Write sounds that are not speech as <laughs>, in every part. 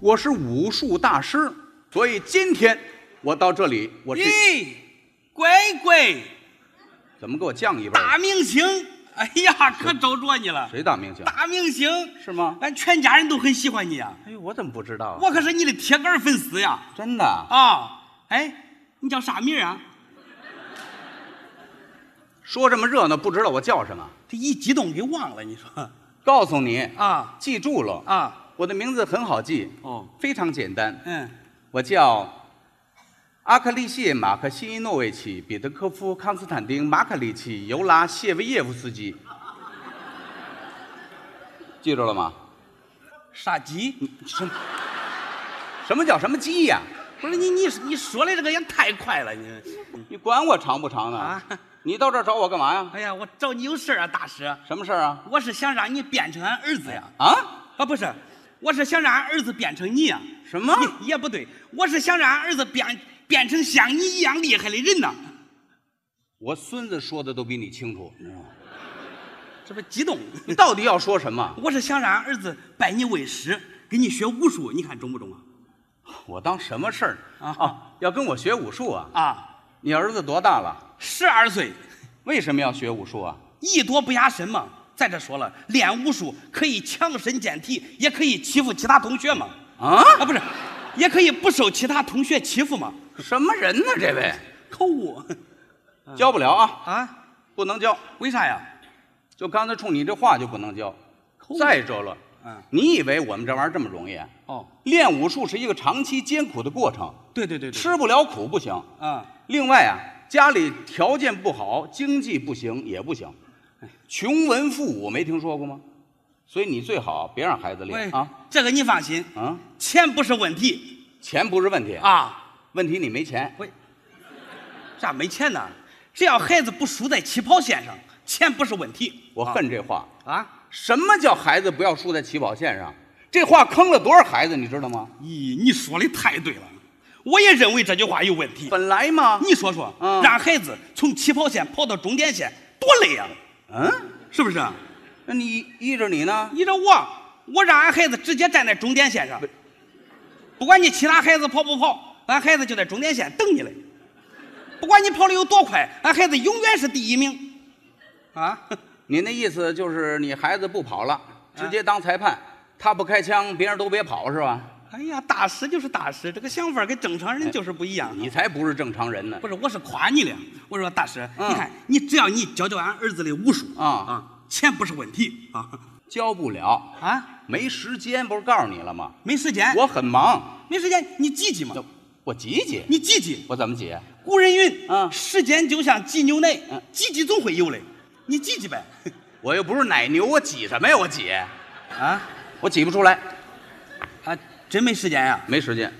我是武术大师，所以今天我到这里，我是咦，乖乖，怎么给我降一辈儿？大明星！哎呀，可找着你了，谁大明星？大明星！是吗？俺全家人都很喜欢你啊，哎呦，我怎么不知道啊？我可是你的铁杆粉丝呀！真的啊啊，哎，你叫啥名儿啊？说这么热闹，不知道我叫什么？这一激动给忘了，你说告诉你，啊记住了，啊？我的名字很好记，哦，非常简单，嗯，我叫阿克利谢·马克西诺维奇·彼得科夫·康斯坦丁·马卡里奇·尤拉谢维耶夫斯基，记住了吗？杀鸡。什么什么叫什么鸡呀、不是你你你说的这个也太快了，你你管我长不长呢？啊！你到这儿找我干嘛呀？哎呀，我找你有事儿啊，大师，什么事儿啊？我是想让你变成俺儿子呀，啊？啊不是，我是想让俺儿子变成你啊呀，什么？也也不对，我是想让俺儿子变变成像你一样厉害的人呐，我孙子说的都比你清楚，你知道吗？这不激动？ <laughs> 你到底要说什么？我是想让俺儿子拜你为师，跟你学武术，你看中不中啊？我当什么事儿啊啊？要跟我学武术啊？啊，你儿子多大了？十二岁，为什么要学武术啊？艺多不压身嘛。再者说了，练武术可以强身健体，也可以欺负其他同学嘛。啊？啊，不是，也可以不受其他同学欺负嘛。什么人呢？这位可恶教不了啊，啊！不能教。为啥呀？就刚才冲你这话就不能教。抠再者了，嗯，你以为我们这玩意儿这么容易啊？哦，练武术是一个长期艰苦的过程，对对对对，吃不了苦不行。啊，另外啊，家里条件不好，经济不行也不行，穷文富武没听说过吗？所以你最好别让孩子练喂啊，这个你放心，啊！钱不是问题钱不是问题，啊。问题你没钱。喂，咋没钱呢？只要孩子不输在起跑线上，钱不是问题我恨这话。啊。什么叫孩子不要输在起跑线上？这话坑了多少孩子，你知道吗？咦，你说的太对了，我也认为这句话有问题。本来嘛，你说说，嗯让孩子从起跑线跑到终点线，多累呀、嗯，是不是？那你依着你呢？依着我，我让俺孩子直接站在终点线上，不管你其他孩子跑不跑，俺孩子就在终点线等你嘞。不管你跑的有多快，俺孩子永远是第一名。啊，你那意思就是你孩子不跑了，直接当裁判，他不开枪，别人都别跑是吧？哎呀，大师就是大师，这个想法跟正常人就是不一样。啊你才不是正常人呢！不是，我是夸你了。我说大师，嗯你看，你只要你教教俺儿子的武术啊钱不是问题啊教不了，啊，没时间，不是告诉你了吗？没时间，我很忙，没时间，你记记嘛，我挤挤，你记记。我怎么挤？啊古人云：“嗯时间就像挤牛奶嗯，挤挤总会有嘞。”你挤挤呗，我又不是奶牛，我挤什么呀？我挤，啊我挤不出来，啊，真没时间呀、没时间。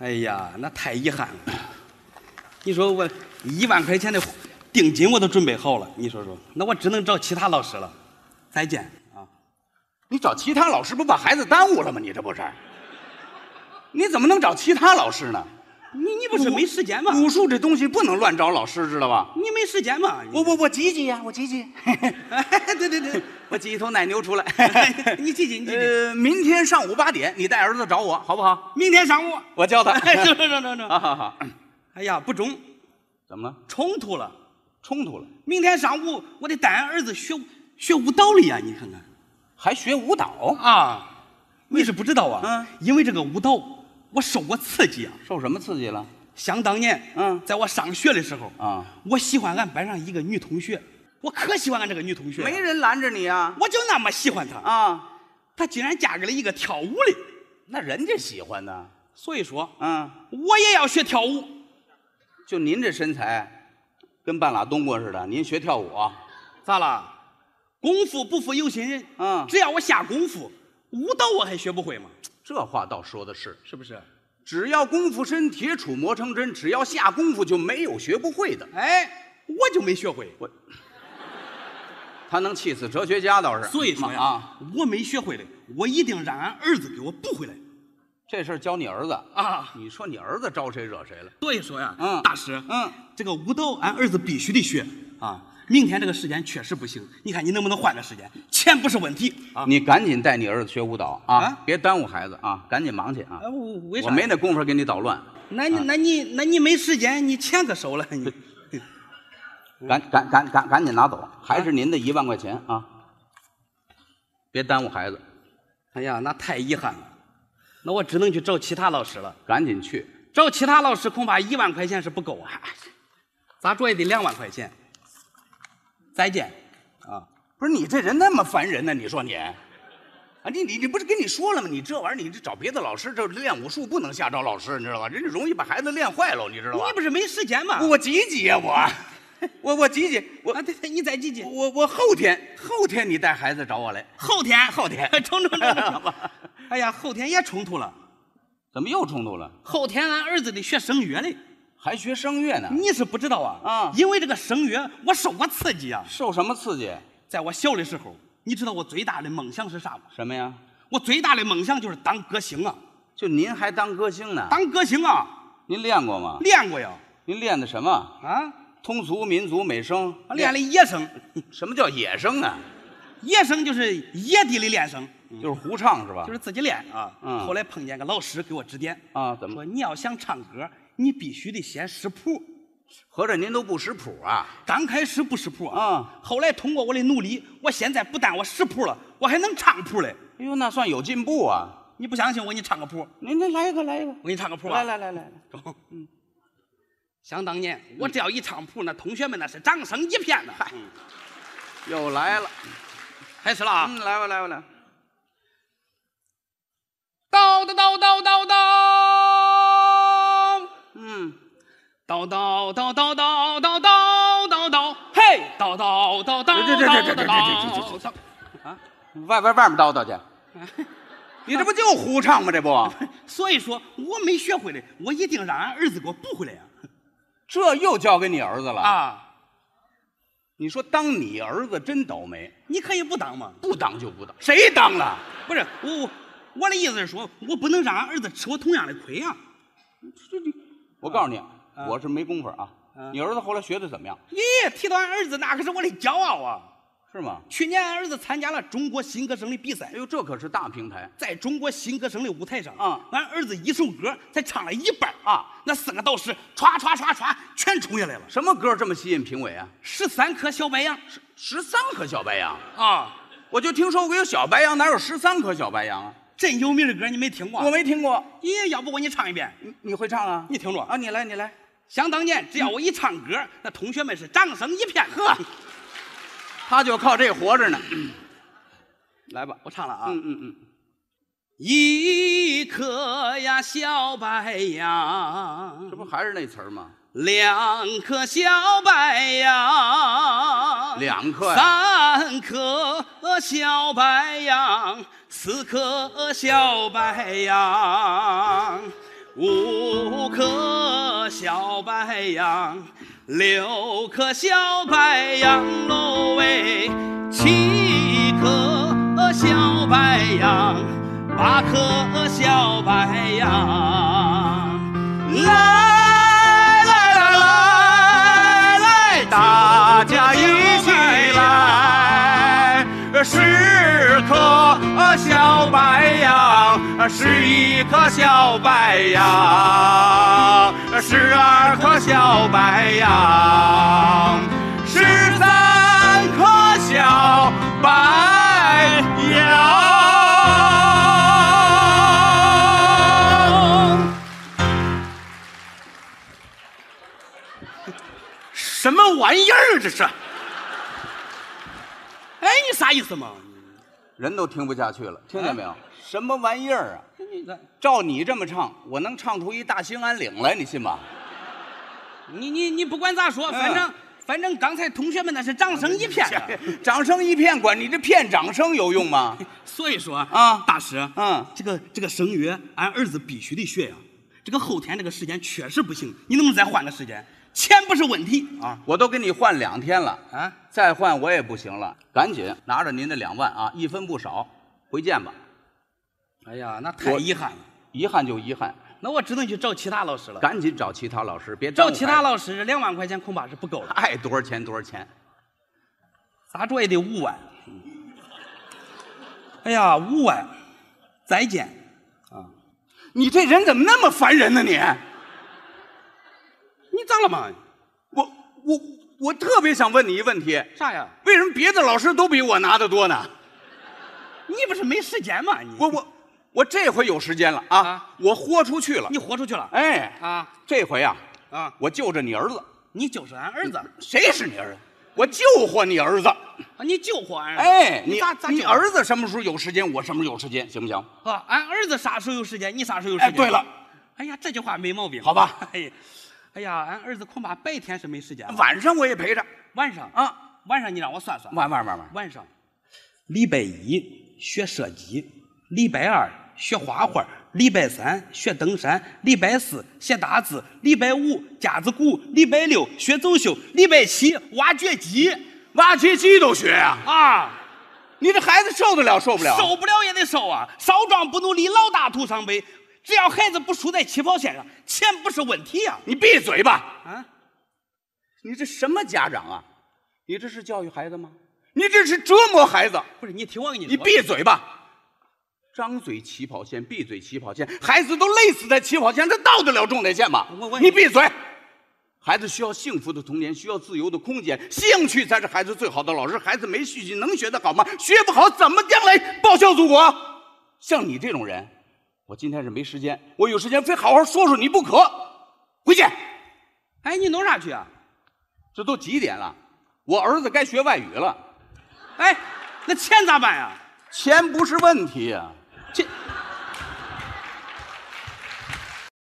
哎呀，那太遗憾了。你说我一万块钱的定金我都准备好了，你说说，那我只能找其他老师了。再见啊！你找其他老师不把孩子耽误了吗？你这不是？你怎么能找其他老师呢？你你不是我没时间吗？武术这东西不能乱找老师，知道吧？你没时间吗？你我我我挤挤呀，我挤 <laughs> 挤，对对 <laughs> 对，我挤一头奶牛出来。你记记你记记呃，明天上午八点，你带儿子找我，好不好？明天上午。我教他。哎，是是是好是是。好好，哎呀，不中，怎么了？冲突了。冲突了？明天上午我得带俺儿子学学舞蹈了呀，啊你看看。还学舞蹈？啊，你是不知道啊，嗯因为这个舞蹈，我受过刺激啊。受什么刺激了？想当年，嗯在我上学的时候，啊，我喜欢俺班上一个女同学，我可喜欢俺这个女同学，没，人拦着你啊我就那么喜欢她，啊！她竟然嫁给了一个跳舞的，那人家喜欢呢。所以说嗯，我也要学跳舞。就您这身材，跟半拉冬瓜似的。您学跳舞啊？咋啦？啊功夫不负有心人，嗯只要我下功夫，舞蹈我还学不会吗？这话倒说的是，是不是？只要功夫深，铁杵磨成针，只要下功夫就没有学不会的。哎，我就没学会。他能气死哲学家倒是。所以说呀，啊，我没学会的，我一定让俺儿子给我补回来这事儿教你儿子，啊！你说你儿子招谁惹谁了？所以说呀，嗯大师，嗯，这个舞蹈俺儿子必须得学啊，明天这个时间确实不行，你看你能不能换个时间？钱不是问题啊！你赶紧带你儿子学舞蹈啊，啊别耽误孩子啊，赶紧忙去啊！啊，我啊为啥？我没那功夫给你捣乱，那你那你那你没时间，你钱可收了你。赶赶赶赶赶紧拿走，还是您的一万块钱啊！别耽误孩子， <laughs> 哎呀，那太遗憾了，那我只能去找其他老师了。赶紧去。找其他老师恐怕一万块钱是不够啊， <laughs> 咋着也得两万块钱。再见，啊，不是你这人那么烦人呢、你说你，啊你你你不是跟你说了吗？你这玩意儿你这找别的老师，这练武术不能瞎找老师，你知道吧？人家容易把孩子练坏了，你知道吧你？不是没时间吗？我挤挤呀、我，我我挤挤，我啊，对对，你再记记，我我后天后天你带孩子找我来，后天后天 <laughs> 冲冲冲冲冲！ <laughs> 哎呀，后天也冲突了，怎么又冲突了？后天俺儿子得学声乐嘞，还学声乐呢？你是不知道啊啊因为这个声乐，我受过刺激啊。受什么刺激？在我小的时候，你知道我最大的梦想是啥吗？什么呀？我最大的梦想就是当歌星啊，就您还当歌星呢？当歌星啊，您练过吗？练过呀，您练的什么？啊，通俗、民族、美声？哎练了野生，什么叫野声啊？野生就是野地里练声，嗯就是胡唱是吧？就是自己练啊。嗯后来碰见个老师给我指点，啊，怎么说你要想唱歌，你必须得先识谱。合着您都不识谱啊？刚开始不识谱啊，后来通过我的努力，我现在不但我识谱了，我还能唱谱嘞。哎呦，那算有进步啊！你不相信我，给你唱个谱，您您来一个，来一个，我给你唱个谱啊。来来来来，想当年，我只要一唱谱，那同学们那是掌声一片呐。又来了，开始了啊！嗯，来吧来吧来吧，叨叨叨叨叨叨，嗯，叨叨叨叨叨叨叨叨叨，嘿，叨叨叨叨叨叨叨叨。外边外面叨叨去， <laughs> 你这不就胡唱吗？这 <laughs> 不，所以说我没学会的，我一定让俺儿子给我补回来呀！这又交给你儿子了。啊，你说当你儿子真倒霉，你可以不当嘛？不当就不当，谁当了？不是我我我的意思是说，我不能让俺儿子吃我同样的亏呀！我告诉你，我是没工夫啊。你儿子后来学的怎么样？咦，提到俺儿子，那可是我的骄傲啊！是吗？去年俺儿子参加了中国新歌声的比赛哎，呦，这可是大平台，在中国新歌声的舞台上啊俺儿子一首歌才唱了一半儿啊，那四个导师歘歘歘歘全冲下来了，什么歌这么吸引评委啊？十三颗小白杨十三颗小白杨，啊，我就听说过有小白杨，哪有十三颗小白杨啊？真有名的歌你没听过？我没听过，咦，要不我给你唱一遍？你啊你会唱啊？你听着啊，你来，你来。想当年，只要我一唱歌，那同学们是掌声一片。呵，他就靠这活着呢。 <laughs> 来吧，我唱了啊，嗯嗯嗯，一颗呀小白杨这，不还是那词儿吗？两颗小白杨，两颗呀三颗小白杨，四颗小白杨，五颗小白杨，六颗小白杨喽喂，七颗小白杨，八颗小白杨，来来来来来，大家一起来，十颗小白杨，十一颗小白杨，十二颗小白杨，十三颗小白杨。什么玩意儿这是？哎，你啥意思嘛？人都听不下去了，听见没有？什么玩意儿啊！你照你这么唱，我能唱出一大兴安岭来，你信 <laughs> 吗？你你你不管咋说，反正、反正刚才同学们那是掌声一片 <laughs> 啊掌声一片管，你这骗掌声有用 <laughs> 吗？所以说啊大师，嗯这个这个声乐，俺儿子必须得学呀、这个后天这个时间确实不行，你能不能再换个时间？钱不是问题啊我都跟你换两天了，啊！再换我也不行了，赶紧拿着您的两万啊，一分不少，回见吧。哎呀，那太我遗憾了，遗憾就遗憾，那我只能去找其他老师了。赶紧找其他老师，别找其他老老师，两万块钱恐怕是不够了。哎爱多少钱多少钱。咋着也得五万。哎呀，五万，再见。你这人怎么那么烦人呢？你，你咋了嘛？我我我特别想问你一问题，啥呀？为什么别的老师都比我拿的多呢？你不是没时间吗？你我我我这回有时间了啊！啊我豁出去了。你豁出去了？哎，啊这回啊，啊！我救着你儿子。你就是俺儿子，谁是你儿子？我救活你儿子。啊你救活俺儿子。哎，你嗯你咋咋你救儿子什么时候有时间，我什么时候有时间，行不行？呵，俺儿子啥时候有时间，你啥时候有时哎，间？对了，，哎呀，这句话没毛病，好吧？哎呀，哎呀，俺儿子恐怕白天是没时间了，晚上我也陪着晚上啊，啊。晚上你让我算算，晚晚晚晚，晚上，礼拜一学射击，礼拜二学画画，礼拜三学登山，礼拜四写大字，礼拜五架子鼓，礼拜六学走秀，礼拜七挖掘机挖掘机都学呀、啊。你这孩子受得了受不了？受不了也得受啊！少壮不努力，老大徒伤悲。只要孩子不输在起跑线上，钱不是问题呀、你闭嘴吧！啊！啊，你这什么家长啊？你这是教育孩子吗？你这是折磨孩子！不是你听我跟你说，你闭嘴吧！张嘴起跑线，闭嘴起跑线，孩子都累死在起跑线，这到得了终点线吗？我我你闭嘴！孩子需要幸福的童年，需要自由的空间，兴趣才是孩子最好的老师。孩子没兴趣能学得好吗？学不好怎么将来报效祖国？像你这种人，我今天是没时间，我有时间非好好说说你不可。回去，哎，你弄啥去啊？这都几点了？我儿子该学外语了，哎，那钱咋办呀？钱不是问题呀、这。